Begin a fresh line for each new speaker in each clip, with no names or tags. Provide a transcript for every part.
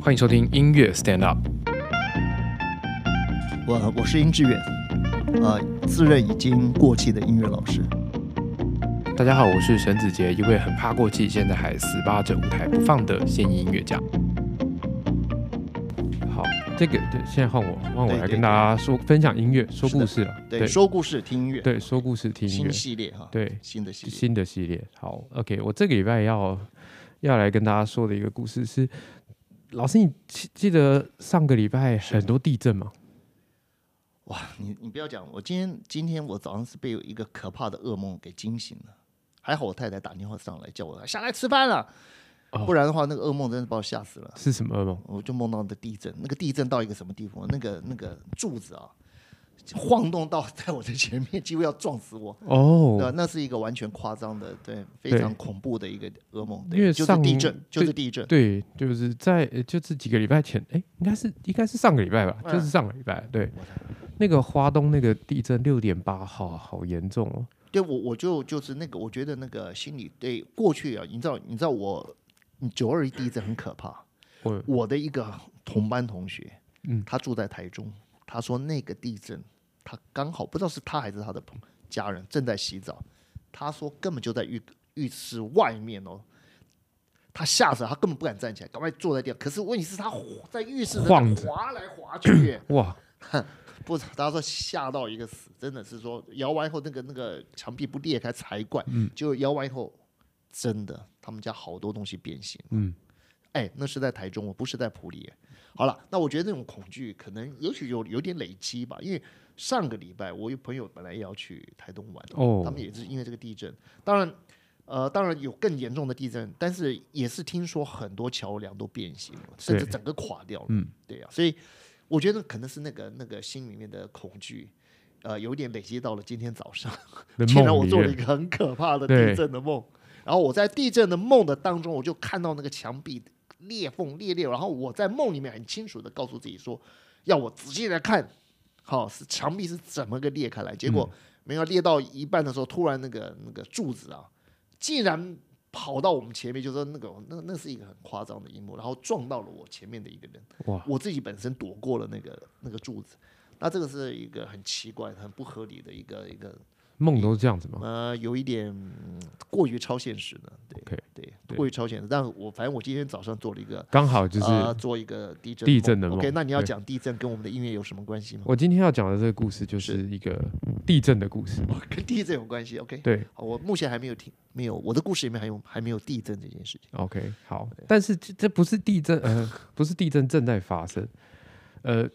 欢迎收听音乐 Stand Up。
我我是殷志远，呃，自认已经过气的音乐老师。
大家好，我是沈子杰，一位很怕过气，现在还死扒着舞台不放的现役音乐家。
好，这个对，现在换我，换我
对
来
对
跟大家说分享音乐，说
是的
故事了。
对，说故事听音乐，
对，说故事听音
新
乐，
系列哈，，
对，
新的系列。
新的系列。好，OK，我这个礼拜要要来跟大家说的一个故事是，老师，你记记得上个礼拜很多地震吗？
哇，你你不要讲，我今天今天我早上是被一个可怕的噩梦给惊醒了，还好我太太打电话上来叫我下来吃饭了，
哦
不然的话那个噩梦真的把我吓死了。
是什么噩梦？
我就梦到的地震，那个地震到一个什么地方？那个那个柱子啊，晃动到在我的前面，几乎要撞死我。对啊
哦，，
那是一个完全夸张的，对，非
对
常恐怖的一个噩梦，
因
对，
为
就是
上
地震，就
对
是地震，
对，就是在呃就是几个礼拜前，哎，应该是应该是上个礼拜吧，
嗯
就是上个礼拜。对，那个花东那个地震六点八，好好严重哦。
对我我就就是那个，我觉得那个心理对过去啊，你知道，你知道我九二一地震很可怕，
我
我的一个同班同学，
嗯
他住在台中，他说那个地震，他刚好不知道是他还是他的朋家人正在洗澡，他说根本就在浴浴室外面哦。他吓死了，他根本不敢站起来，赶快坐在地上。可是问题是，他在浴室那
晃
边
着
滑来滑去，
哇，
不，大家说吓到一个死，真的是说摇完以后那个那个墙壁不裂开才怪，就摇完以后，真的他们家好多东西变形，
嗯，
哎，那是在台中，我不是在普里。好了，那我觉得那种恐惧可能也许有有点累积吧，因为上个礼拜我有朋友本来也要去台东玩，
哦
他们也是因为这个地震，当然。呃，当然有更严重的地震，但是也是听说很多桥梁都变形了，甚至
对
整个垮掉了。
嗯，
对啊呀、所以我觉得可能是那个那个心里面的恐惧，呃，有点累积到了今天早上。
那
竟然
梦
我
里
做了
面
一个很可怕的
对
地震的梦，然后我在地震的梦的当中，我就看到那个墙壁裂缝裂裂，然后我在梦里面很清楚的告诉自己说，要我仔细来看，好、是墙壁是怎么个裂开来，结果
嗯
没有裂到一半的时候，突然那个那个柱子啊，竟然。跑到我们前面，就说那个那那是一个很夸张的一幕，然后撞到了我前面的一个人，
哇，
我自己本身躲过了那个那个柱子，那这个是一个很奇怪、很不合理的一个一个
梦都是这样子吗？
呃，有一点嗯过于超现实的，对
OK，
对，
对
过于超现实。但我反正我今天早上做了一个，
刚好就是
呃，做一个地震
地震的梦
OK，那你要
对
讲地震跟我们的音乐有什么关系吗？
我今天要讲的这个故事，就是一个地震的故事。
跟地震有关系。OK，
对
好我目前还没有听，没有我的故事里面还有还没有地震这件事情。
，OK，好，但是这这不是地震，呃，不是地震正在发生，呃，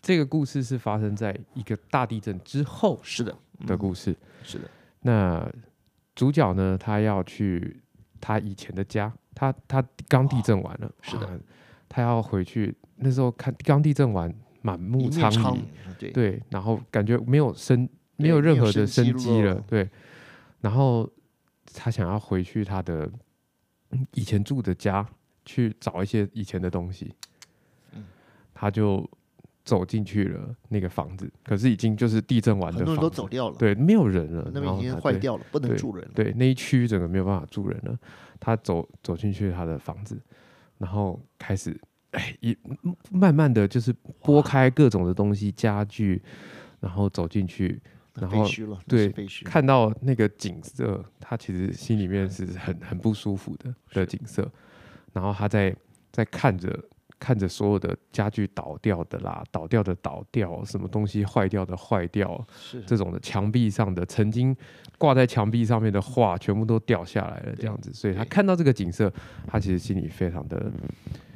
这个故事是发生在一个大地震之后
是的，
的故事。
是的，
那主角呢，他要去他以前的家，他他刚地震完了，
是的
哇，他要回去。那时候看刚地震完，满
一
目
面
苍
苍
痍
蝇，，对
对，然后感觉没有生，没有
对
任
没有
何的
生机
生机
了
了，对。然后他想要回去他的嗯以前住的家去找一些以前的东西，
嗯
他就走进去了那个房子，可是已经就是地震完
很
的
多
房
人
子，
都走掉了，
对，没有人了，
那
然
边
后
已经
他
坏
对
掉了，不能住人了。
对，那一区整个没有办法住人了。他走走进去他的房子，然后开始哎，一慢慢的就是拨开各种的东西，家具，然后走进去，
那
然
废
后
墟了，那
对
是废墟。
看到那个景色，他其实心里面是很很不舒服的的景色。然后他在在看着看着所有的家具倒掉的啦，倒掉的倒掉，什么东西坏掉的坏掉，
是
这种的墙壁上的曾经挂在墙壁上面的画，全部都掉下来了，
对
这样子。所以他
对
看到这个景色，他其实心里非常的、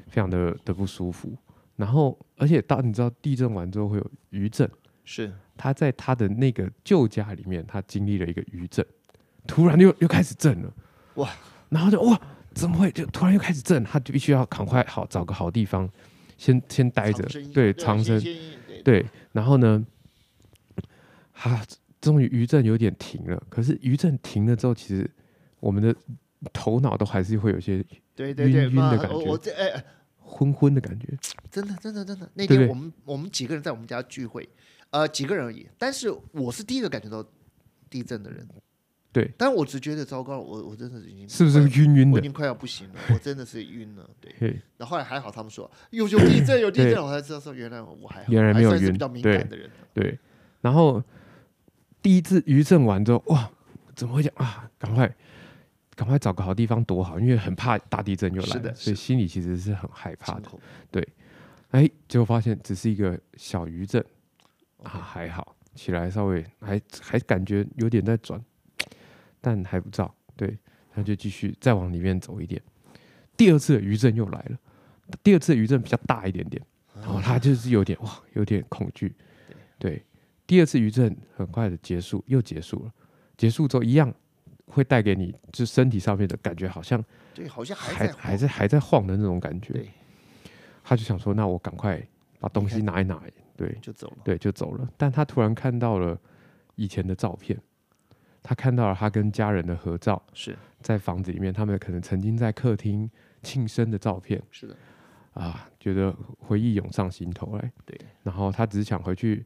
非常的的不舒服。然后，而且当你知道地震完之后会有余震，
是
他在他的那个旧家里面，他经历了一个余震，突然又又开始震了，
哇！
然后就哇，怎么会就突然又开始震？他就必须要赶快好找个好地方，先先待着
藏身，
对，
对
藏身，
新鲜对
对，然后呢，他终于余震有点停了。可是余震停了之后，其实我们的头脑都还是会有一些
对对对，
晕晕
妈
的感
我
觉
我这哎哎
昏昏的感觉。
真的，真的，真的。那
对不
天
对
我们我们几个人在我们家聚会，呃，几个人而已。但是我是第一个感觉到地震的人，
对，
但我只觉得糟糕了，我我真的是已经
是不是
快
晕晕
我
的
已？经快要不行了，我真的是晕了。对，
嘿，
然后后来还好，他们说有有地震有地震，
对
我才知道说原来我还好
原来没有
还算是
晕
比较敏感
对
的人。
对。然后第一次余震完之后，哇，怎么会讲啊？赶快，赶快找个好地方躲好，因为很怕大地震又来
是
了，
的
所以心里其实是很害怕
惊
的。
恐
哎，结果发现只是一个小余震啊，还好，起来稍微还还感觉有点在转，但还不照，对，他就继续再往里面走一点。第二次的余震又来了，第二次的余震比较大一点点，
哦
然
嗯
后他就是有点哇，有点恐惧，对。第二次余震很快的结束，又结束了。结束之后一样会带给你就身体上面的感觉，好像
对，好像还
还
在
还在还在晃的那种感觉。
对，
他就想说，那我赶快把东西拿一拿，对
就走了。
对，就走了。但他突然看到了以前的照片，他看到了他跟家人的合照，
是
在房子里面，他们可能曾经在客厅庆生的照片
是的，
啊，觉得回忆涌上心头来。
对，
然后他只是想回去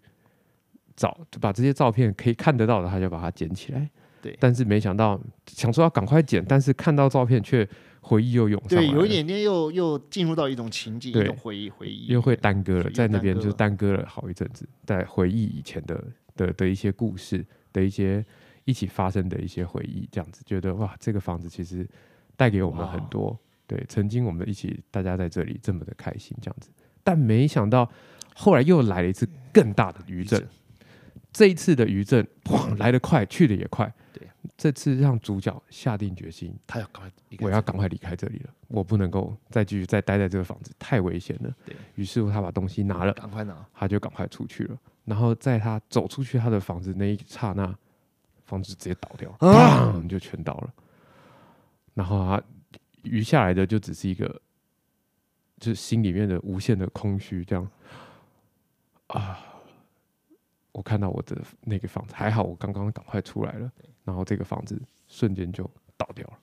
找，就把这些照片可以看得到的，他就把它捡起来。
对
但是没想到，想说要赶快捡，但是看到照片却回忆又涌上来
对，
了，
有一点点又又进入到一种情境，
对
一种回忆，回忆
因为会耽搁了，
对
在那边
耽搁
就
了
耽搁了好一阵子，在回忆以前的的的一些故事的一些一起发生的一些回忆，这样子觉得哇，这个房子其实带给我们
哇
很多，对，曾经我们一起大家在这里这么的开心这样子，但没想到后来又来了一次更大的余震，这一次的余震哇来得快，去得也快，
对，
这次让主角下定决心，
他要赶快离开
我
这
要
里，
赶快离开这里了，我不能够再继续再待在这个房子，太危险了
对。
于是乎，他把东西拿了，
赶快拿，
他就赶快出去了。然后在他走出去他的房子那一刹那，房子直接倒掉，
啊
砰就全倒了。然后他余下来的就只是一个，就是心里面的无限的空虚，这样啊。我看到我的那个房子，还好我刚刚赶快出来了，然后这个房子瞬间就倒掉了。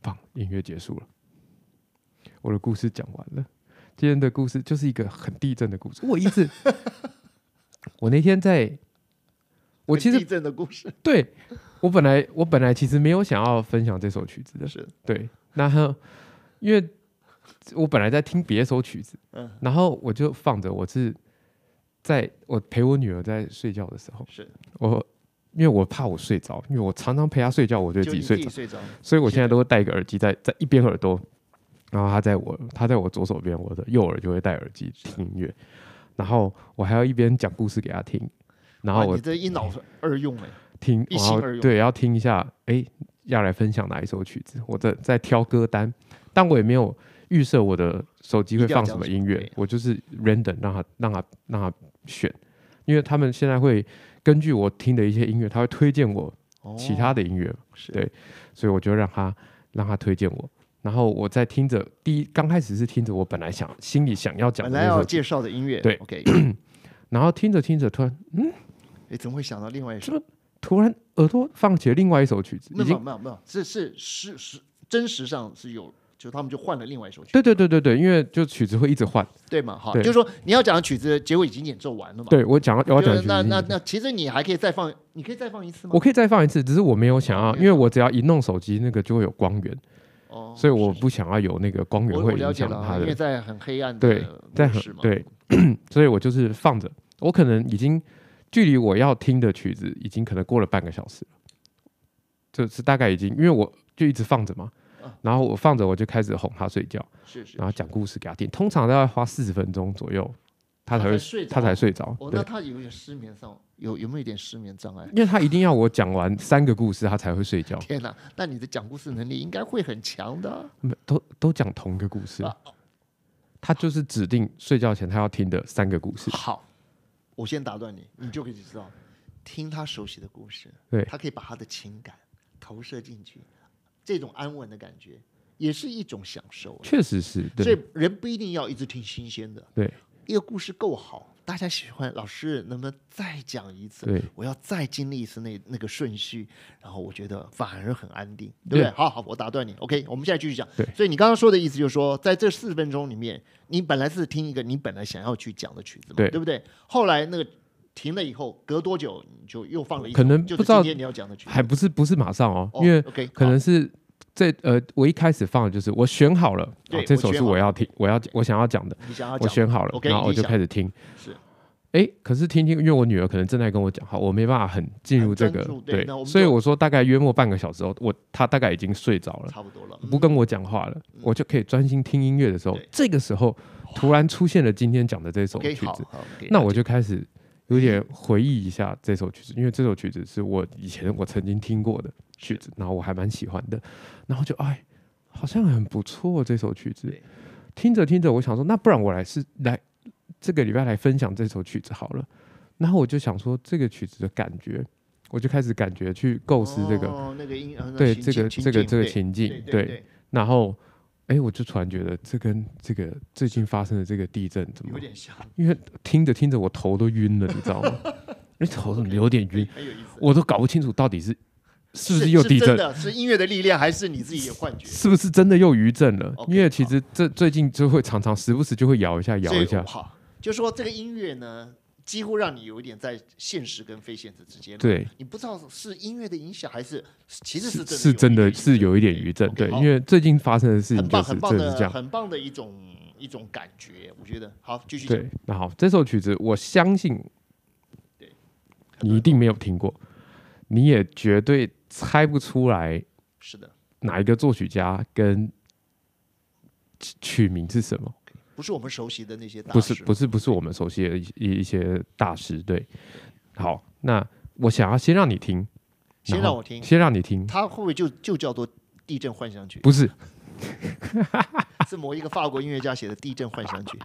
棒，音乐结束了，我的故事讲完了。今天的故事就是一个很地震的故事。我一直， 我那天在，我其
地
实
震的故事
对我本来我本来其实没有想要分享这首曲子的，
是
对，然后因为我本来在听别首曲子，
嗯
然后我就放着，我是在我陪我女儿在睡觉的时候，
是，
我因为我怕我睡着，因为我常常陪她睡觉，我就
就
自己
你
睡
自
着
己，睡着，
所以我现在都会戴一个耳机在在一边耳朵，然后他在我他在我左手边，我的右耳就会戴耳机听音乐，然后我还要一边讲故事给他听，然后
哇
我
哦你这一脑二用哎，
听，
一
然
心
后
二用
对要听一下，诶，要来分享哪一首曲子，我在在挑歌单，但我也没有预设我的手机会放什么音
一定要讲什么
乐
对，
我就是 random 让他让他让他选，因为他们现在会根据我听的一些音乐，他会推荐我
哦
其他的音乐，
是
对所以我就让他让他推荐我。然后我在听着第一，刚开始是听着我本来想心里想要讲
本
的
来
那
要
首，
介绍的音乐，
对
，OK，
然后听着听着，突然
你怎么会想到另外一首？
突然耳朵放起了另外一首曲子，
没
已
有没有
经
没有没有，这是是是真实上是有，就他们就换了另外一首曲，
对对对对对，因为就曲子会一直换，
对嘛？哈，
对
就是说你要讲的曲子结果已经演奏完了嘛？
对我讲我要讲
就
的
是
曲
那
子
那
已经，
那其实你还可以再放，你可以再放一次吗
我？可以再放一次，只是我没有想要，因为我只要一弄手机那个就会有光源，
哦，
所以
是
我
是
不想要有那个光源
我
会
我了
影
解
响
了
它
啊，因为
的，
在很黑暗
对
的，
在
模
很
式嘛，
对，所以我就是放着，我可能已经距离我要听的曲子已经可能过了半个小时了，就是大概已经因为我就一直放着嘛
啊。
然后我放着，我就开始哄他睡觉，
是是，
然后
是
讲故事给他听。通常都要花四十分钟左右，他才会
睡着，
他才睡着。
哦，
对
那，他有点失眠上有有没有一点失眠障碍？
因为他一定要我讲完三个故事，他才会睡 觉。
天哪，那你的讲故事能力应该会很强的啊。
没都都讲同一个故事
啊，
他就是指定睡觉前他要听的三个故事。
好，我先打断你，你就可以知道，听他熟悉的故事，
对
他可以把他的情感投射进去，这种安稳的感觉也是一种享受啊。
确实是，
所以
对
人不一定要一直听新鲜的，
对
一个故事够好，大家喜欢，老师能不能再讲一次？
对，
我要再经历一次那那个顺序，然后我觉得反而很安定，对不对？
对
好好，我打断你，OK，我们现在继续讲。
对
所以你刚刚说的意思就是说，在这四十分钟里面，你本来是听一个你本来想要去讲的曲子嘛，
对
不对？后来那个停了以后，隔多久你就又放了一首，
可能
就是
不知道
今天你要讲的曲子，
还不是不是马上哦，
哦
因为
OK
可
好
能是这呃，我一开始放的就是我选好了，
对
啊这
我
首
选
是
好
我
了
要听，我要我想要讲的，
你想要
我
讲的
选好了，
OK，
然后我
你
就
想
开始听。
是
哎，可是听听，因为我女儿可能正在跟我讲话，我没办法很进入这
很
个
专注，对
对
那我，们就
所以我说大概约莫半个小时后，我她大概已经睡着了，
差不多了，
不跟我讲话了，我就可以专心听音乐的时候
嗯对，
这个时候突然出现了今天讲的这首
嗯 OK
曲
好
子，
好，OK，
那我就开始有
嗯
点回忆一下这首曲子，因为这首曲子是我以前我曾经听过的曲子，然后我还蛮喜欢的，然后就哎，好像很不错这首曲子
对，
听着听着，我想说，那不然我来是来这个礼拜来分享这首曲子好了，然后我就想说这个曲子的感觉，我就开始感觉去构思这个、
哦那个音，呃那
对
情
这个
境
这个
情
这个
境
情境
对，对
对，然后。哎，我就突然觉得这跟这个最近发生的这个地震怎么
有点像，
因为听着听着我头都晕了，你知道 吗？那头怎么有点晕？
很有意思。
我都搞不清楚到底是是不是又地
是
震，
真的是音乐的力量，还是你自己的幻觉？
是不是真的又余震了？
OK，
因为其实这最近就会常常时不时就会摇一下摇一
所以
下，
好，就说这个音乐呢，几乎让你有一点在现实跟非现实之间。，
对，
你不知道是音乐的影响，还是其实
是
真的
是真的是有一点余震，对，因为最近发生的事情
很棒
就是
很
就
棒
是这
的
样。
很棒的一种一种感觉，我觉得好，继续讲。
对，那好，这首曲子我相信你一定没有听过，你也绝对猜不出来
是的，
哪一个作曲家跟曲曲名是什么。
不是我们熟悉的那些大
不是
师
不是不是我们熟悉的一一一些大师。对，好，那我想要先让你听，
先
然
让
后
我听
先让你听，
他会不会就就叫做地震幻想曲？
不是
是某一个法国音乐家写的地震幻想曲，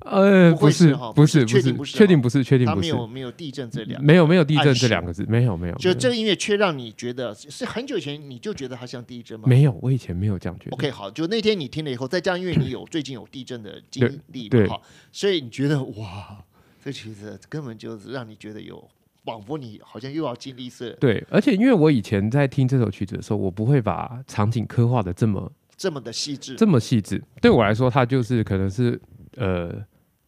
呃
不会是
是
哈
不
不是
是
确定
不
不是
是确定
哈
不是确定
他
不
没
是
有没有地震这两个，
没有没有地
暗
震这
示
两个字，没有没有
就这
没
个音乐却让你觉得是很久以前你就觉得它像地震吗
有？没有，我以前没有这样觉得。
OK，好，就那天你听了以后，再加上因为你有最近有地震的经历 嘛，
对
哈，哦所以你觉得哇，这曲子根本就是让你觉得有，仿佛你好像又要经历一次
对，而且因为我以前在听这首曲子的时候，我不会把场景刻画的这么
这么的细致，
这么细致。对我来说，它就是可能是呃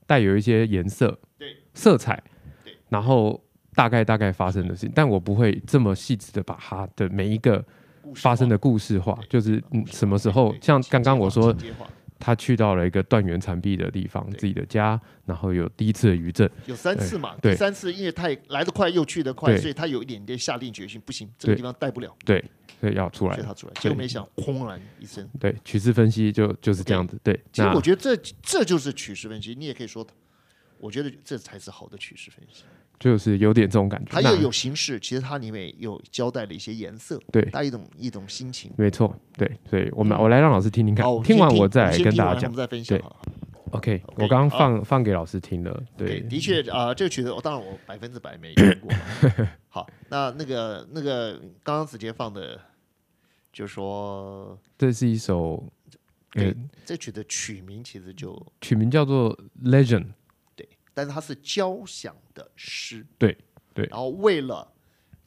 带有一些颜色、
对
色彩
对，
然后大概大概发生的事情，但我不会这么细致的把它的每一个
故事化
发生的故事化，就是嗯什么时候
对，对
像刚刚我说
情节化情节化
他去到了一个断垣残壁的地方，
对
自己的家，然后有第一次的余震，
有三次嘛，
对
第三次因为太来得快又去得快，
对
所以他有一点点下定决心，不行，这个
对
地方待不了，
对，所以要出来
所以
了，
他出来，结果没想到轰然一声。
对，曲式分析就就是这样子，对，
其实
那
我觉得这这就是曲式分析，你也可以说，我觉得这才是好的曲式分析。
就是有点这种感觉，
它
那
又有形式，其实它里面有交代了一些颜色，
对
它一种一种心情。
没错，对，所以我们我来让老师听听看
嗯好，，们
听完
先
我再
们
来
先
跟
听
大
完
家
我
讲
们。再分享
对
好了。
OK，
OK，
我刚刚
好
放放给老师听了，对
OK，的确 啊、呃这个曲子我当然我百分之百没听过嘛。好，那那个那个刚刚子杰放的，就说
这是一首，
对
呃，
这曲的曲名其实就
曲名叫做《Legend》，
对，但是它是交响的诗，
对对
然后为了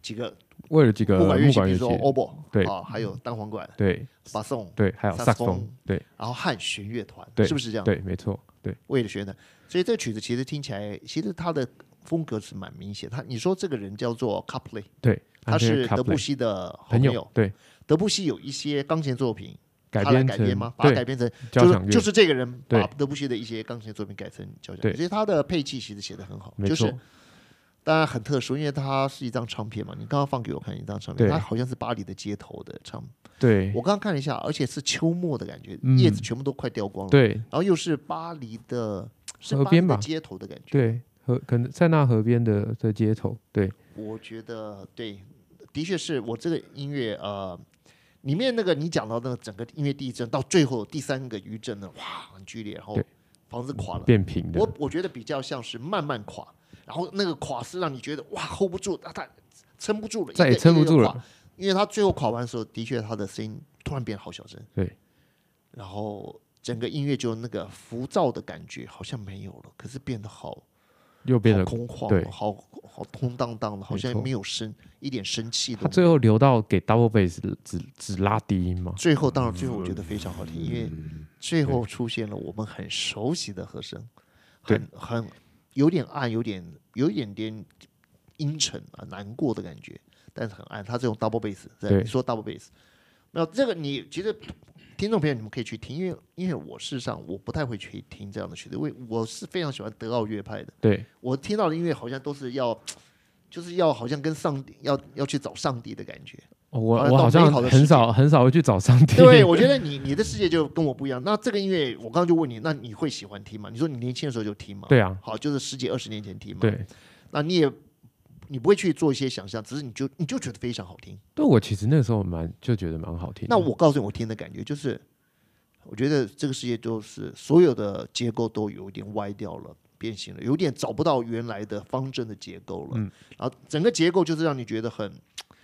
几个
为了这个
不
木
管
管
乐
乐
器，比如说
器，
oboe，
对
啊，还有单簧管、
对
巴颂，
对，还有
萨
萨
克
克
风
风，对
然后和弦乐团，
对
是不是这样？
对，没错，对
为了学呢，所以这曲子其实听起来，其实它的风格是蛮明显。他你说这个人叫做 Copley，
对，
他是
Andrea Copland
德布西的好
朋
朋
友
友，。
对，
德布西有一些钢琴作品，
改
他来
编
改
成
编吗？把它改
对
编成
交
就
响
是
乐，
就是这个人把
对
德布西的一些钢琴作品改成交响乐，
对
所以他的配器其实写的很好，
没
就是
错，
当然很特殊，因为它是一张唱片嘛。你刚刚放给我看一张唱片，
对
它好像是巴黎的街头的唱。
对
我刚刚看了一下，而且是秋末的感觉，
嗯
叶子全部都快掉光了。
对
然后又是巴黎的，是
河
巴黎
边
的
吧
街头的感觉。
对，河可能塞纳河边的的街头，对
我觉得对，的确是我这个音乐呃，里面那个你讲到那个整个音乐地震到最后第三个余震呢，哇，很剧烈，然后
对嗯
房子垮了。
变平的，
我我觉得比较像是慢慢垮，然后那个垮是让你觉得哇 hold 不住，啊它撑不住了，
再也
一个
撑不住，
一个一个
了
垮，因为它最后垮完的时候，的确它的声音突然变好小声，
对，
然后整个音乐就那个浮躁的感觉好像没有了，可是变得好
又变
好
得。
空旷，
对
好好空荡荡的，好像
没错
没有声，一点生气都
他
没
最
有。
后留到给 double bass 只只拉低音嘛？
最后，当然最后我觉得非常好听，
嗯
因为最后出现了我们很熟悉的和声，
对
很很有点暗，有点有一点点阴沉啊，难过的感觉，但是很暗。他是用 double bass，在
对
你说 double bass，那这个你其实听众朋友你们可以去听，因为因为我事实上我不太会去听这样的曲子，因为我是非常喜欢德奥乐派的。
对，
我听到的音乐好像都是要，就是要好像跟上帝要要去找上帝的感觉。
哦我
好像
我好
到
像
美好的世
很
界
少很少会去找上 帝。
对，我觉得你你的世界就跟我不一样。那这个音乐，我刚刚就问你，那你会喜欢听吗？你说你年轻的时候就听嘛？
对啊，
好，就是十几二十年前听嘛。，
对，
那你也你不会去做一些想象，只是你就你就觉得非常好听。
对我其实那时候蛮就觉得蛮好听的。
那我告诉你，我听的感觉就是，我觉得这个世界就是所有的结构都有一点歪掉了。变形了，有点找不到原来的方正的结构了。
嗯
然后整个结构就是让你觉得很，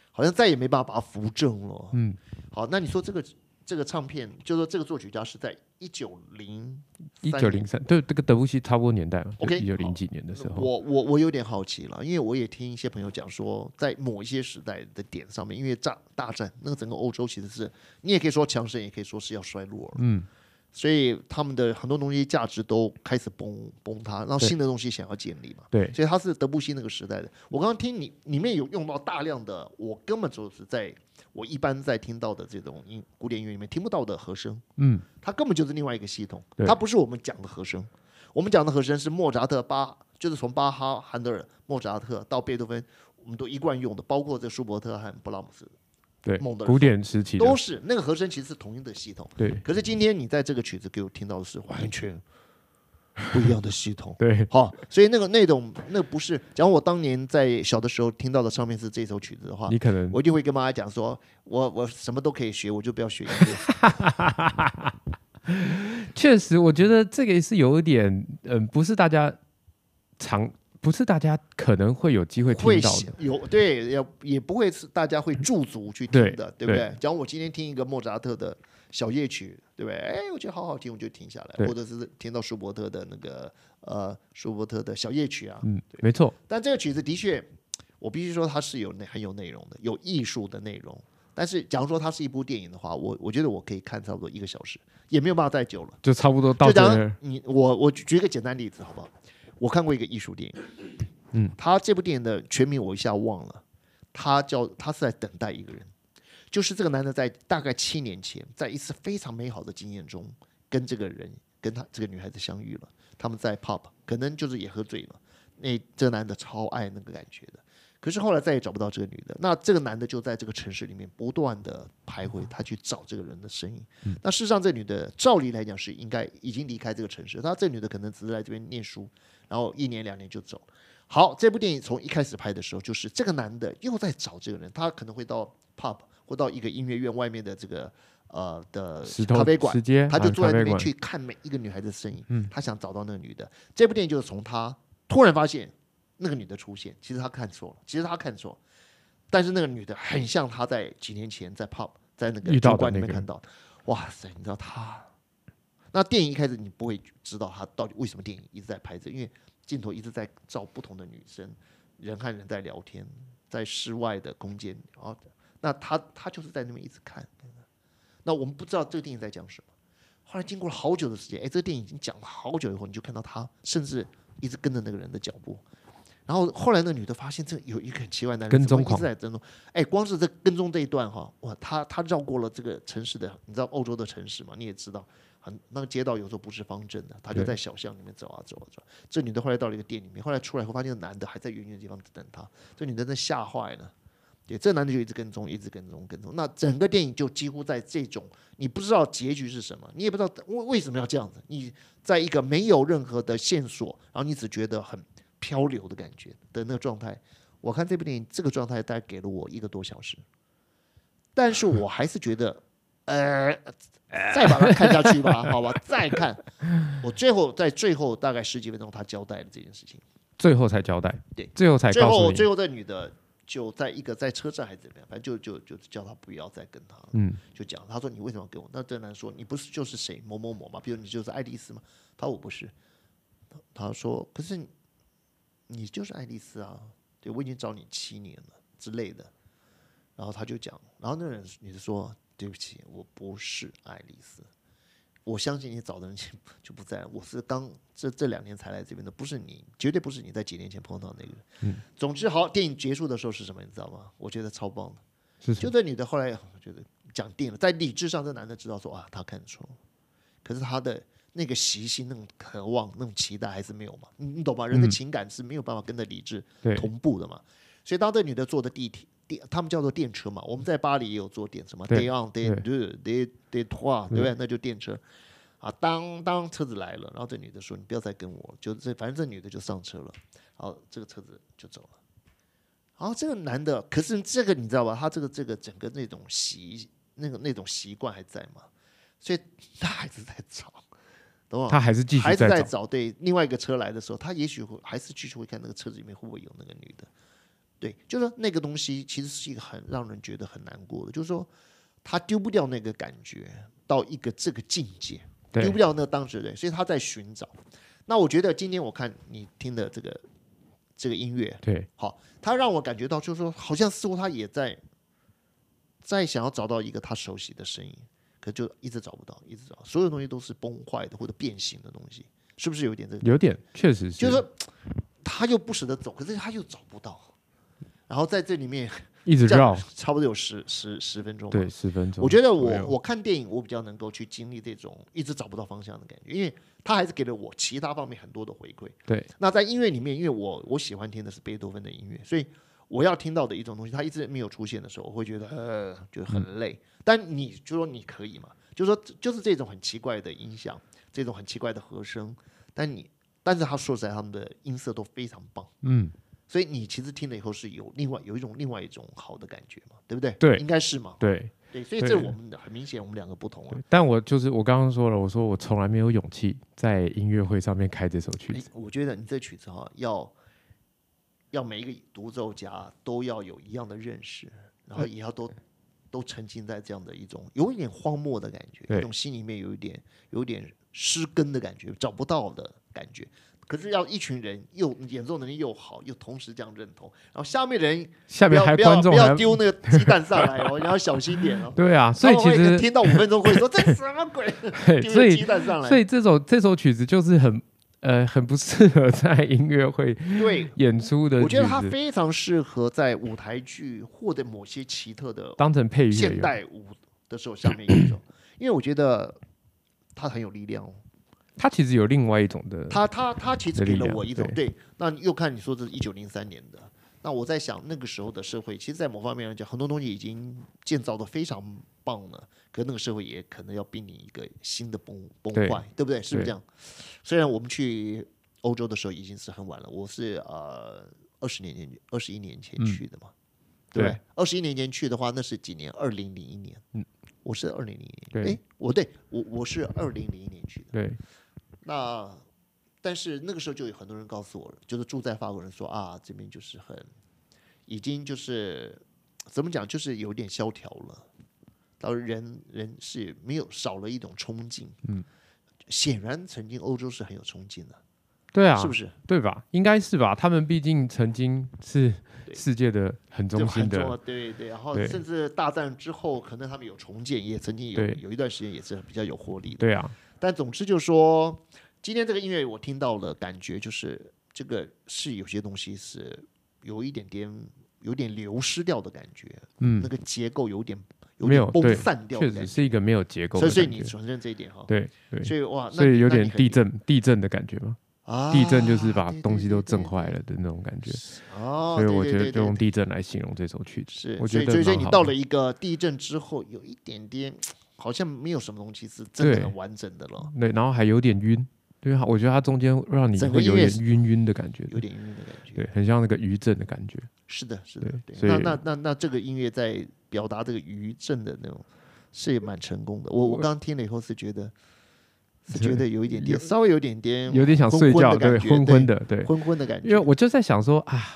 好像再也没办法把它扶正了。
嗯，
好，那你说这个这个唱片，就说这个作曲家是在一九零
一九零三，对这个德布西差不多年代嘛
OK，
一九零
好
几年的时候，
我我我有点好奇了，因为我也听一些朋友讲说，在某一些时代的点上面，因为战大战，那个整个欧洲其实是你也可以说强盛，也可以说是要衰落了，
嗯，
所以他们的很多东西价值都开始崩崩塌，然后
对
新的东西想要建立嘛。
对
所以他是德布西那个时代的。我刚刚听你里面有用到大量的，我根本就是在我一般在听到的这种音古典音乐里面听不到的和声，
嗯，
它根本就是另外一个系统，
对
它不是我们讲的和声。我们讲的和声是莫扎特、巴，就是从巴哈、韩德尔、莫扎特到贝多芬，我们都一贯用的，包括这舒伯特和布拉姆斯
对，
猛的
古典时期的
都是那个和声，其实是同一个系统。
对
可是今天你在这个曲子给我听到的是完全不一样的系统。
对
好，所以那个那种那不是，假如我当年在小的时候听到的上面是这首曲子的话，
你可能
啊我一定会跟妈妈讲说，我我什么都可以学，我就不要学音乐。
确实，我觉得这个是有一点，嗯，不是大家常，不是大家可能会有机会听
会
到
写
的，
有对也也不会是大家会驻足去听
对
的，对不对？假如我今天听一个莫扎特的小夜曲，对不对？哎，我觉得好好听，我就停下来，
对
或者是听到舒伯特的那个呃舒伯特的小夜曲啊，
嗯，没错，
但这个曲子的确，我必须说它是有内很有内容的，有艺术的内容。但是，假如说它是一部电影的话，我我觉得我可以看差不多一个小时，也没有办法再久了。
就差不多到
就
这
假
儿
如，你我我举举一个简单例子好不好？我看过一个艺术电影，
嗯，
他这部电影的全名我一下忘了，他叫他是在等待一个人，就是这个男的在大概七年前，在一次非常美好的经验中，跟这个人跟他这个女孩子相遇了，他们在 pub 可能就是也喝醉了，那这个男的超爱那个感觉的。可是后来再也找不到这个女的，那这个男的就在这个城市里面不断的徘徊，他去找这个人的身影。
嗯
那事实上，这女的照理来讲是应该已经离开这个城市，她这女的可能只是来这边念书，然后一年两年就走了。好，这部电影从一开始拍的时候，就是这个男的又在找这个人，他可能会到 pub 或到一个音乐院外面的这个呃的
石头
咖啡馆
直，接
他就坐在那边，
啊
去看每一个女孩子的身影，
嗯
他想找到那个女的。这部电影就是从他突然发现那个女的出现，其实他看错了，其实他看错了，但是那个女的很像他在几年前在 pub 在那个
遇到的
酒馆里
那
面
个
看到的。哇塞，你知道他？那电影一开始你不会知道他到底为什么电影一直在拍这，因为镜头一直在照不同的女生，人和人在聊天，在室外的空间，哦然后那他他就是在那边一直看。那我们不知道这个电影在讲什么。后来经过了好久的时间，哎，这个电影已经讲了好久以后，你就看到他甚至一直跟着那个人的脚步。然后后来那个女的发现这有一个很奇怪的男人
跟踪
怎么一
狂
直在跟踪，哎，光是这跟踪这一段哈，哇，他他绕过了这个城市的，你知道欧洲的城市嘛？你也知道，很那个街道有时候不是方正的，他就
对
在小巷里面走啊走啊走啊。这女的后来到了一个店里面，后来出来后发现男的还在远远的地方等她，这女的真吓坏了。对，这男的就一直跟踪，一直跟踪，跟踪。那整个电影就几乎在这种你不知道结局是什么，你也不知道为为什么要这样子。你在一个没有任何的线索，然后你只觉得很漂流的感觉的那个状态。我看这部电影，这个状态大概给了我一个多小时，但是我还是觉得，呃，再把它看下去吧，好吧，再看。我最后在最后大概十几分钟，他交代了这件事情。
最后才交代，
对，
最后才
最
告诉
后，
你
最，后这女的就在一个在车站还是怎么样，反正就就就叫他不要再跟他了，
嗯，
就讲他说你为什么要跟我？那这男说你不是就是谁某某某嘛，比如你就是爱丽丝嘛，他说我不是，他他说可是你你就是爱丽丝啊，对我已经找你七年了之类的，然后他就讲，然后那个人女的说对不起，我不是爱丽丝，我相信你早的人 就就不在。我是刚这这两年才来这边的，不是你，绝对不是你在几年前碰到那个人。总之，好，电影结束的时候是什么，你知道吗？我觉得超棒的。
是什
就
么
这女的后来，我觉得讲定了，在理智上，这男的知道说啊，他看错了，可是他的那个习性、那种渴望、那种期待还是没有嘛。你你懂吗？人
嗯
的情感是没有办法跟着理智
对
同步的嘛。所以当这女的坐的地铁电，他们叫做电车嘛。我们在巴黎也有坐电车嘛
对
，day on day two day day trois，对不对？那就电车。啊，当当车子来了，然后这女的说：“你不要再跟我。”就这，反正这女的就上车了，然后这个车子就走了。然后这个男的，可是这个你知道吧？他这个这个整个那种习那个那种习惯还在嘛，所以他还是在找，懂吗？
他还是继续
还是在
在找，
找对另外一个车来的时候，他也许会还是继续会看那个车子里面会不会有那个女的。对，就是说那个东西其实是一个很让人觉得很难过的，就是说他丢不掉那个感觉到一个这个境界，
对
丢不掉那个当时的，所以他在寻找。那我觉得今天我看你听的这个这个音乐，
对
好，他让我感觉到，就是说，好像似乎他也在在想要找到一个他熟悉的声音，可就一直找不到，一直找，所有东西都是崩坏的或者变形的东西，是不是有点这个？
有点确实是，
就是说他又不舍得走，可是他又找不到，然后在这里面
一直
这
绕，
样差不多有十十十分钟吧，
对，啊十分钟。
我觉得
左右
我我看电影，我比较能够去经历这种一直找不到方向的感觉，因为他还是给了我其他方面很多的回馈。
对，
那在音乐里面，因为我我喜欢听的是贝多芬的音乐，所以我要听到的一种东西，它一直没有出现的时候，我会觉得呃，就很累。但你就说你可以嘛，就说就是这种很奇怪的音响，这种很奇怪的和声，但你但是他说实在，他们的音色都非常棒。
嗯，
所以你其实听了以后是有另外有一种另外一种好的感觉嘛，对不对？
对
应该是嘛。
对。
对，所以
对
这我们的很明显，我们两个不同啊。
但我就是我刚刚说了，我说我从来没有勇气在音乐会上面开这首曲
哎
子。
我觉得你这曲子哈，要要每一个独奏家都要有一样的认识，然后也要都都沉浸在这样的一种有一点荒漠的感觉，
对
一种心里面有一点有一点失根的感觉，找不到的感觉。可是要一群人又演奏能力又好，又同时这样认同，然后下面人
下
哎不
面
要
还
不要
观众
不
还
要丢那个鸡蛋上来哦，你要小心点 哦。
对啊，所以
他
其
们会
实
听到五分钟会说这什么鬼，
对，
丢
所
个
以
鸡蛋上来。
所以这首这首曲子就是很呃很不适合在音乐会
对，
演出的
我
曲
觉得它
子，
非常适合在舞台剧或者某些奇特的
当成配乐
现
用。
代舞的时候下面演奏，因为我觉得它很有力量哦。
它其实有另外一种的，
它它它其实
的
给
力
了
量
我一种对。那你又看你说这是一九零三年的，那我在想那个时候的社会，其实，在某方面来讲，很多东西已经建造的非常棒了，可那个社会也可能要濒临一个新的崩崩
对
坏，对不对？是不是
对
这样？虽然我们去欧洲的时候已经是很晚了，我是呃二十年前、二十一年前
嗯
去的嘛，对不对
对？
二十一年前去的话，那是几年？二零零一年，嗯，我是二零零一
对
年，哎，我对我我是二零零一年去的。
对
那但是那个时候就有很多人告诉我，就是住在法国人说啊，这边就是很已经就是怎么讲，就是有点萧条了，然后人人是没有少了一种冲劲，嗯，显然曾经欧洲是很有冲劲的，
对啊，
是不是？
对吧？应该是吧？他们毕竟曾经是
对
世界的很中
就
心
很重
的
要，，对对，然后
对
甚至大战之后，可能他们有重建，也曾经有
对
有一段时间也是比较有活力的。
对啊，
但总之就是说，今天这个音乐我听到了，感觉就是这个是有些东西是有一点点有点流失掉的感觉，
嗯
那，个结构有点有
没有
点崩
对
散掉的
确
感
实
觉。
是一个没有结构的
所以，所以
感
你
觉，
承认这一点哈，
对对，
所以哇，那
所以
你
有
那你
点
很
地
厉
震地震的感觉嘛，
啊，
地震就是把
对
东西都震坏
对对对对
了的那种感觉，
哦，
所以
对
我
对
觉
对
得
对
就用
对
地震来形容这首曲子。
是，
我
所
觉
以
得
所以所以
蛮
你
好
到
的
了一个地震之后，有一点点好像没有什么东西是真的
对
很完整的了，
对，然后还有点晕，对啊，我觉得它中间让你
整个
会有
音乐
点晕晕的感觉，
有点晕的感觉。
对，很像那个余震的感觉，
是的，是的，
对
对。
所以
那那那那这个音乐在表达这个余震的那种，是也蛮成功的。我我
我
刚刚听了以后是觉得，是
对
觉得有一点点，稍微有点点
有点想
昏
睡
昏的
觉，
感
对，
觉
昏昏的，对，
昏昏的感觉。
因为我就在想说啊，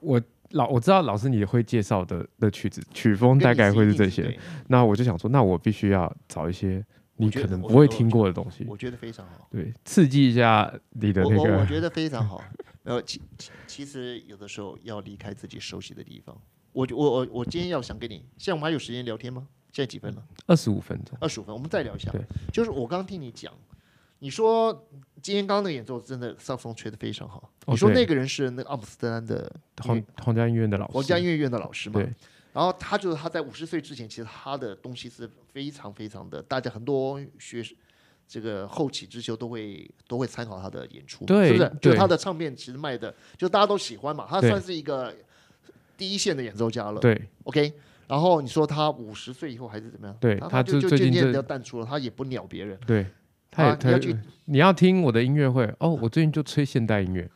我老我知道老师你会介绍的的曲子曲风
跟
大
你
概
一
会是
定
这些，
对，
那我就想说，那我必须要找一些你
觉
可
得
能
我
不会
觉得
听
我
过的东西，
我觉得非常好。
对，刺激一下你的
我
那
我我
个，
觉得非常 好。然后其其其实有的时候要离开自己熟悉的地方。我就我我我今天要想跟你，现在我们还有时间聊天吗？现在几分了？
二十五分钟，
二十五分，我们再聊一下
对。
就是我刚刚听你讲，你说今天刚刚那个演奏真的萨克斯风吹得非常好。
哦
你说
对
那个人是那个阿姆斯特丹的
皇皇家音乐院的老师，
皇家音乐院的老师嘛？
对
然后他就是他在五十岁之前，其实他的东西是非常非常的，大家很多学这个后起之秀都会都会参考他的演出嘛，
对
是不是？就
对
他的唱片其实卖的，就大家都喜欢嘛，他
对
算是一个第一线的演奏家了。
对
OK，然后你说他五十岁以后还是怎么样？
对
他
他
就
最
就
最
渐
近
渐
这
的淡出了，他也不鸟别人。
对，他也
啊你要
他
去
你要听我的音乐会哦，我最近就吹现代音乐，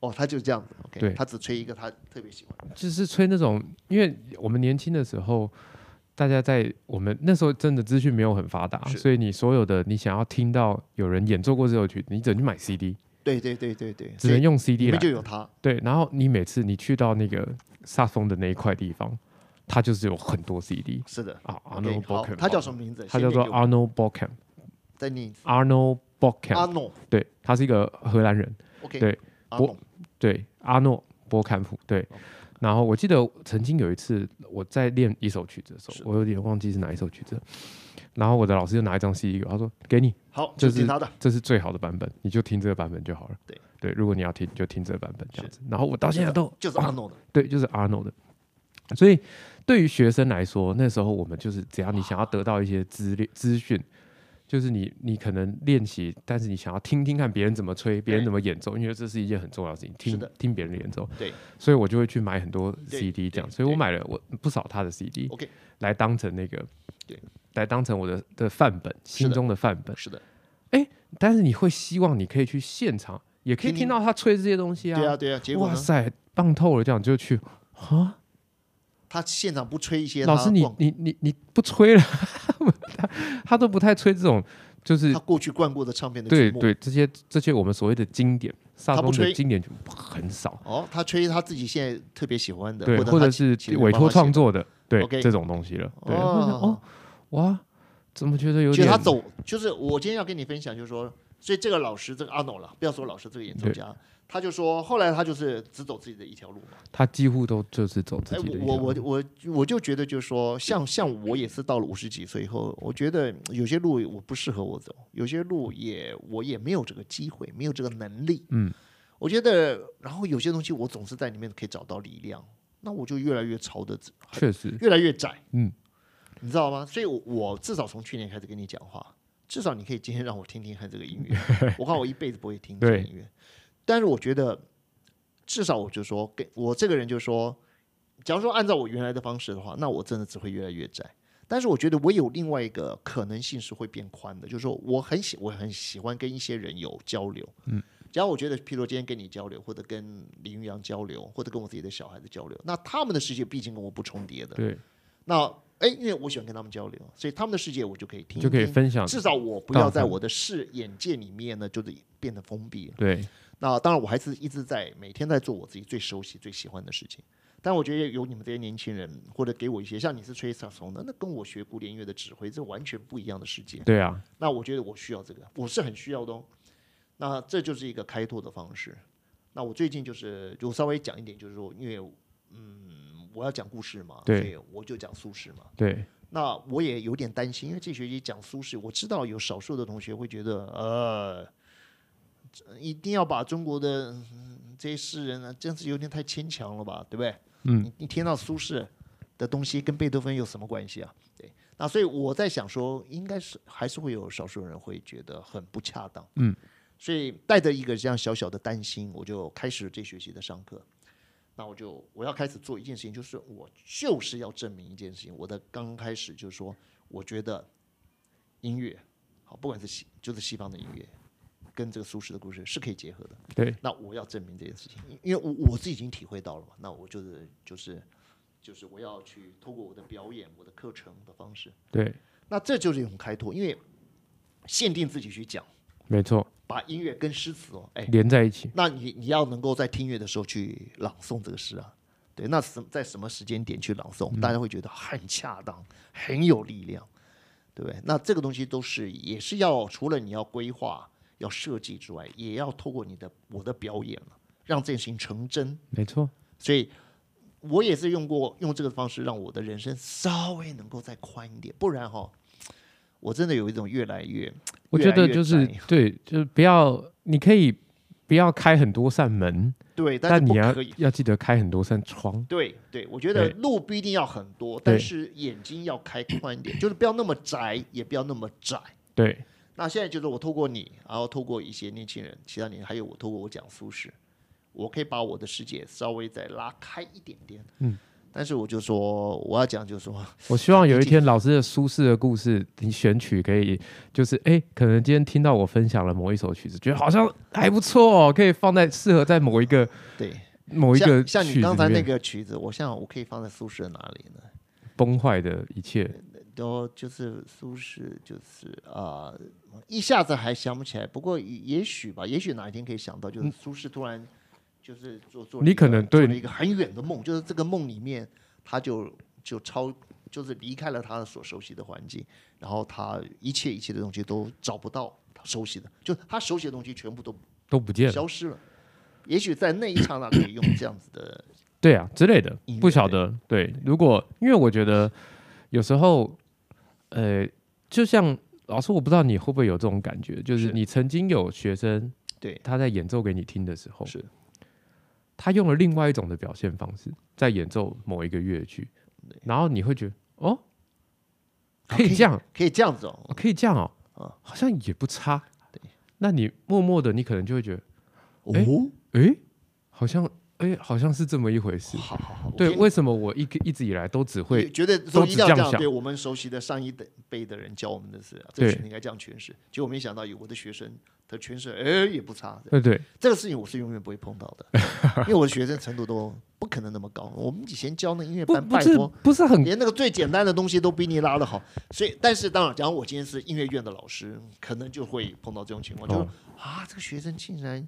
哦，他就这样子。OK，
对
他只吹一个他特别喜欢的。
就是吹那种，因为我们年轻的时候，大家在我们那时候真的资讯没有很发达，
是
所以你所有的你想要听到有人演奏过这首曲，你只能去买 CD，
对对对对对，
只
所以
能用
里
CD 来
面就有他。
对。然后你每次你去到那个萨风的那一块地方，它就是有很多 CD
是的。
啊。
OK，
Arnold
好
Bockham，，
他叫什么名字？
他叫做
阿
Arnold Bockham。
在你
Arnold
阿
Bockham，
诺。
对，他是一个荷兰人，
OK，
对，
阿
我
诺
对，阿诺波坎普，对。
哦
然后我记得曾经有一次我在练一首曲子的时
是
候，我有点忘记是哪一首曲子了。然后我的老师就拿一张 CD 给我，他说：“给你，
好，
就
就是听他的。
这是最好的版本，你就听这个版本就好了。”
对
对，如果你要听，你就听这个版本这样子。然后我到现在
是
都
就是阿诺的，
对，就是阿诺的。所以对于学生来说，那时候我们就是只要你想要得到一些资料资讯，就是你你可能练习，但是你想要听听看别人怎么吹，别人怎么演奏，因为这是一件很重要的事情，
是
听
的
听别人的演奏。
对，
所以我就会去买很多
对
CD 这样，
对
所以我
对
买了我不少他的 CD
OK
来当成那个
对。
来当成我的的范本，心
的
中的范本。
是的，
但是你会希望你可以去现场，也可以
听听
听到他吹这些东西啊。
对啊对啊。结果
哇
呢，
塞，棒透了！这样就去啊，
他现场不吹一些，
老
他
师你
逛
你你你不吹了， 他他都不太吹这种，就是
他过去灌过的唱片的曲
对
目，
对这些这些我们所谓的经典，萨
他不
风的
吹
经典就很少，
哦，他吹他自己现在特别喜欢的，
对，
者
或者
他
是
请人
委
帮他
托
写
创
的
作的，对
OK
这种东西了，对，或者
哦
哦，哇，怎么觉得有
觉
点
得他走，就是我今天要跟你分享，就是说，所以这个老师，这个阿诺了，不要说老师，这个演奏家，他就说，后来他就是只走自己的一条路嘛。
他几乎都就是走自
哎，
己的一条
我
路，
我我我我就觉得，就是说，像像我也是到了五十几岁以后，我觉得有些路我不适合我走，有些路也我也没有这个机会，没有这个能力。
嗯，
我觉得，然后有些东西我总是在里面可以找到力量，那我就越来越朝着
确实
越来越窄，
嗯，
你知道吗？所以我，我至少从去年开始跟你讲话，至少你可以今天让我听听看这个 音乐。我看我一辈子不会听这个
对
音乐，但是我觉得，至少我就说，给我这个人就说，假如说按照我原来的方式的话，那我真的只会越来越窄。但是我觉得我有另外一个可能性是会变宽的，就是说我很喜我很喜欢跟一些人有交流，嗯，假如我觉得，譬如说今天跟你交流，或者跟林云阳交流，或者跟我自己的小孩子交流，那他们的世界毕竟跟我不重叠的，
对，
那哎，因为我喜欢跟他们交流，所以他们的世界我就可以听一听，
就可以分享，
至少我不要
到他
在
们
我的视眼界里面呢，就是变得封闭了。
对
那当然，我还是一直在每天在做我自己最熟悉、最喜欢的事情。但我觉得有你们这些年轻人，或者给我一些像你是吹萨克斯风的，那跟我学古典音乐的指挥，这完全不一样的世界。
对啊，
那我觉得我需要这个，我是很需要的哦。那这就是一个开拓的方式。那我最近就是，就稍微讲一点，就是说，因为嗯，我要讲故事嘛，
对
所以我就讲苏轼嘛。
对
那我也有点担心，因为这学期讲苏轼，我知道有少数的同学会觉得，呃，这一定要把中国的、嗯这些诗人呢、真是有点太牵强了吧，对不对？
嗯
你，你听到苏轼的东西跟贝多芬有什么关系啊？对，那所以我在想说，应该是还是会有少数人会觉得很不恰当，
嗯，
所以带着一个这样小小的担心，我就开始这学期的上课。那我就我要开始做一件事情，就是我就是要证明一件事情。我的刚开始就是说，我觉得音乐，好，不管是西就是西方的音乐，跟这个苏轼的故事是可以结合的。
对，
那我要证明这件事情，因因为我我是已经体会到了嘛，那我就是就是就是我要去透过我的表演、我的课程的方式，
对，
那这就是一种开拓，因为限定自己去讲，
没错，
把音乐跟诗词哦，哎，
连在一起，
那你你要能够在听乐的时候去朗诵这个诗啊，对，那什在什么时间点去朗
嗯
诵，大家会觉得很恰当，很有力量，对不对？那这个东西都是也是要除了你要规划、要设计之外，啊也要透过你的我的表演了，让这件事情成真。
没错，
所以我也是用过用这个方式让我的人生稍微能够再宽一点，不然哈，我真的有一种越来越，
我
越
觉
来
得
越
就是
窄
对，就是不要，你可以不要开很多扇门，
对，但
但
是
你
不
要
可以。
要记得开很多扇窗。
对对，我觉得
对
路不一定要很多，但
对
是眼睛要开宽一点，就是不要那么窄，也不要那么窄。
对，
那现在就是我透过你，然后透过一些年轻人、其他年轻人，还有我透过我讲苏轼，我可以把我的世界稍微再拉开一点点。
嗯，
但是我就说我要讲，就是说
我希望有一天老师的苏轼的故事，你选取可以，就是哎，可能今天听到我分享了某一首曲子，觉得好像还不错哦，可以放在适合在某一个
对，
某一个
像像
曲
你
子
刚才
里
那
面
个曲子，我想我可以放在苏轼的哪里呢？
崩坏的一切。
然后就是苏轼，就是啊、呃一下子还想不起来。不过也也许吧，也许哪一天可以想到，就是苏轼突然就是做做了
你
一个
可能
做
对
了一个很远的梦，就是这个梦里面他就就超就是离开了他所熟悉的环境，然后他一切一切的东西都找不到他熟悉的，就他熟悉的东西全部都
都不见了，
消失了。也许在那一刹那可以用这样子的，
对啊之类的
音乐，
不晓得。对，如果因为我觉得有时候，呃，就像老师，我不知道你会不会有这种感觉，就是
是
你曾经有学生
对，
他在演奏给你听的时候，
是
他用了另外一种的表现方式在演奏某一个乐曲，然后你会觉得哦，
啊
可以这样，
可以这样子哦，
可以这样哦
嗯，
好像也不差。那你默默的，你可能就会觉得，哎
哦，
诶，好像，诶，好像是这么一回事。
好好好，我
对，
先
为什么我一个一直以来都只会
觉得说一定要
都只这
这
样
样，
想
对我们熟悉的上一辈的人教我们的是、啊，这个
对
曲应该这样诠释。结果没想到有我的学生的诠释，哎，也不差。
对对，
这个事情我是永远不会碰到的， 因为我的学生程度都不可能那么高。我们以前教那音乐
不
班，
不
拜
是嗯
托，
不是很
连那个最简单的东西都比你拉的好。所以，但是当然，假如我今天是音乐院的老师，可能就会碰到这种情况，就是、
哦
啊，这个学生竟然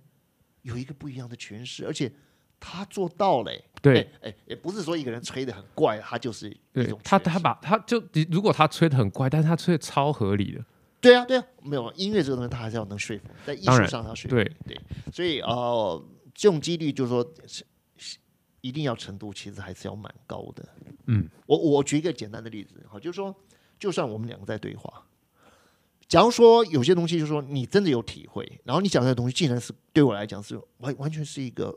有一个不一样的诠释，而且他做到了、哎
对，
哎，哎也不是说一个人吹的很怪，他就是一
对
种
他
诠释
他把他就如果他吹的很怪，但是他吹的超合理的，
对啊，对啊，没有音乐这个东西，他还是要能说服，在艺
当
术
然
上他说服。
对
所以呃，这种几率就是说，是是一定要程度其实还是要蛮高的。
嗯，
我我举一个简单的例子，好，就是说，就算我们两个在对话，假如说有些东西，就是说你真的有体会，然后你讲的东西竟然是对我来讲是完完全是一个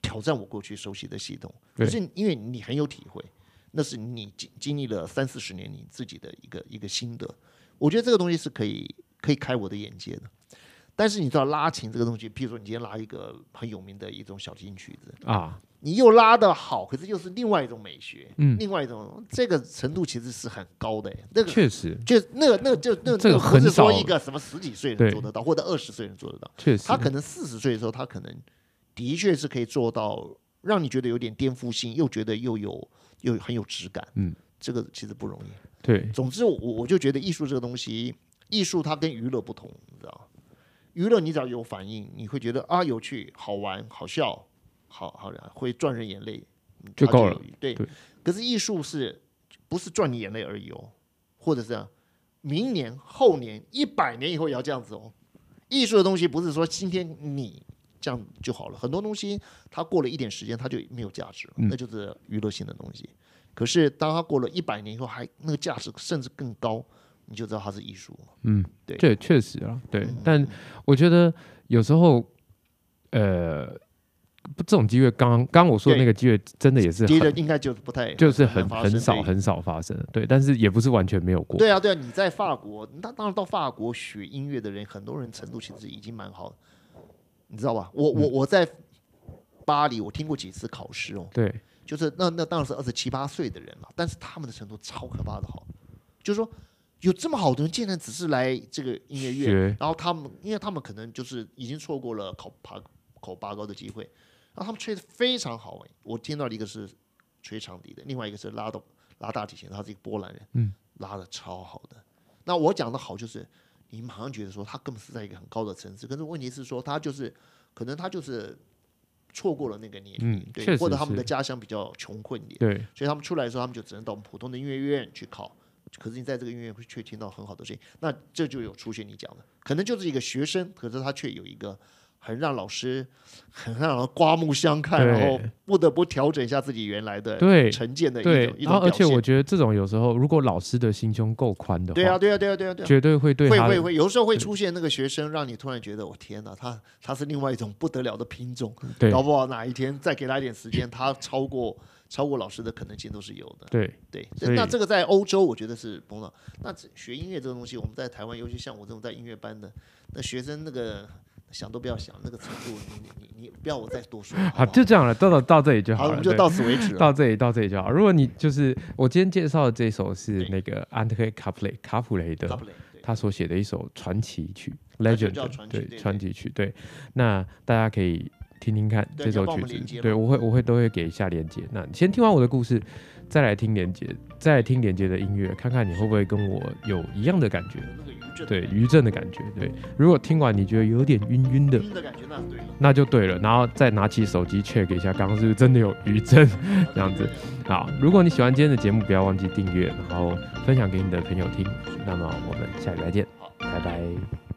挑战我过去熟悉的系统，可
对
是因为你很有体会，那是你经经历了三四十年你自己的一个一个心得，我觉得这个东西是可以可以开我的眼界的。但是你知道拉琴这个东西，譬如说你今天拉一个很有名的一种小提琴曲子，
啊，
你又拉的好，可是又是另外一种美学，
嗯
另外一种这个程度其实是很高的，那个
确实
就那个那个就那
这个
那不
很
是说
少
一个什么十几岁人
对
做得到，或者二十岁人做得到，
确实
他，可能四十岁的时候，他可能的确是可以做到让你觉得有点颠覆性，又觉得又有又很有质感，
嗯，
这个其实不容易。
对
总之我，我我就觉得艺术这个东西，艺术它跟娱乐不同，你知道，娱乐你只要有反应，你会觉得啊有趣、好玩、好笑、好好会赚人眼泪，嗯
就
它
够
有
了。
对，
对
可是艺术是不是赚你眼泪而已哦？或者是这样，明年、后年、一百年以后也要这样子哦。艺术的东西不是说今天你这样就好了，很多东西它过了一点时间，它就没有价值了，
嗯
那就是娱乐性的东西。可是当它过了一百年以后，还那个价值甚至更高，你就知道它是艺术了。
嗯，
对嗯
这确实啊，对，但我觉得有时候，呃，不这种机会，刚刚刚我说的那个机会，真的也是
第一个
很
应该就是不太，
就是
很
很很
难发生
少
对
很少发生，对，但是也不是完全没有过，
对啊，对啊，你在法国，那当然到法国学音乐的人，很多人程度其实已经蛮好的，你知道吧？我我我在巴黎，我听过几次考试哦，
对
就是那那当然是二十七八岁的人了，但是他们的程度超可怕的好，就是说有这么好的人，竟然只是来这个音乐院
学，
然后他们因为他们可能就是已经错过了考拔考拔高的机会，然后他们吹的非常好哎、我听到的一个是吹长笛的，另外一个是拉动拉大提琴，他是一个波兰人，
嗯，
拉的超好的。那我讲的好就是你马上觉得说他根本是在一个很高的层次，可是问题是说他就是可能他就是错过了那个年龄，
嗯
对，
确
或者
实
他们的
是
家乡比较穷困一点。
对
所以他们出来的时候，他们就只能到普通的音乐院去考。可是你在这个音乐院会却听到很好的声音，那这就有出现你讲的，可能就是一个学生，可是他却有一个很让老师很让人刮目相看，
对
然后不得不调整一下自己原来的
对
成见的一
对
种，一
然后
种
而
表
且我
现。
觉得这种有时候，如果老师的心胸够宽的话，
对啊，对啊，对啊，对啊，对啊。
绝对会对
会
他
会会，有时候会出现那个学生，让你突然觉得，我天哪，他他是另外一种不得了的品种，
对
搞不好哪一天再给他一点时间，他超过超过老师的可能性都是有的。
对
对，
所以
那这个在欧洲我觉得是崩了。那这学音乐这个东西，我们在台湾，尤其像我这种在音乐班的，那学生那个想都不要想，那个程度，你你你你不要我再多说，好
好
不好
就这样了，到到啊到这里就好
好，我
了，
们就
对
到此为止了。
到这里到这里就好。如果你就是我今天介绍的这首是那个安德烈卡普雷卡普雷的
差不多对
他所写的一首传奇曲
它就
，Legend，
叫传奇
对，
对
传奇曲，对。那大家可以听听看这
对你要
首
帮我
曲
们连接
子，
吗
对我会我会都会给一下连接。那你先听完我的故事，再来听连接，再来听连接的音乐，看看你会不会跟我有一样的感觉，
有那个余震，
对，余震的感觉，对。如果听完你觉得有点晕晕的，
晕的感觉，那对了，
那就对了，然后再拿起手机 check 一下，刚刚是不是真的有余震？ 这样子好，如果你喜欢今天的节目，不要忘记订阅，然后分享给你的朋友听。那么我们下礼拜见，
好
拜拜。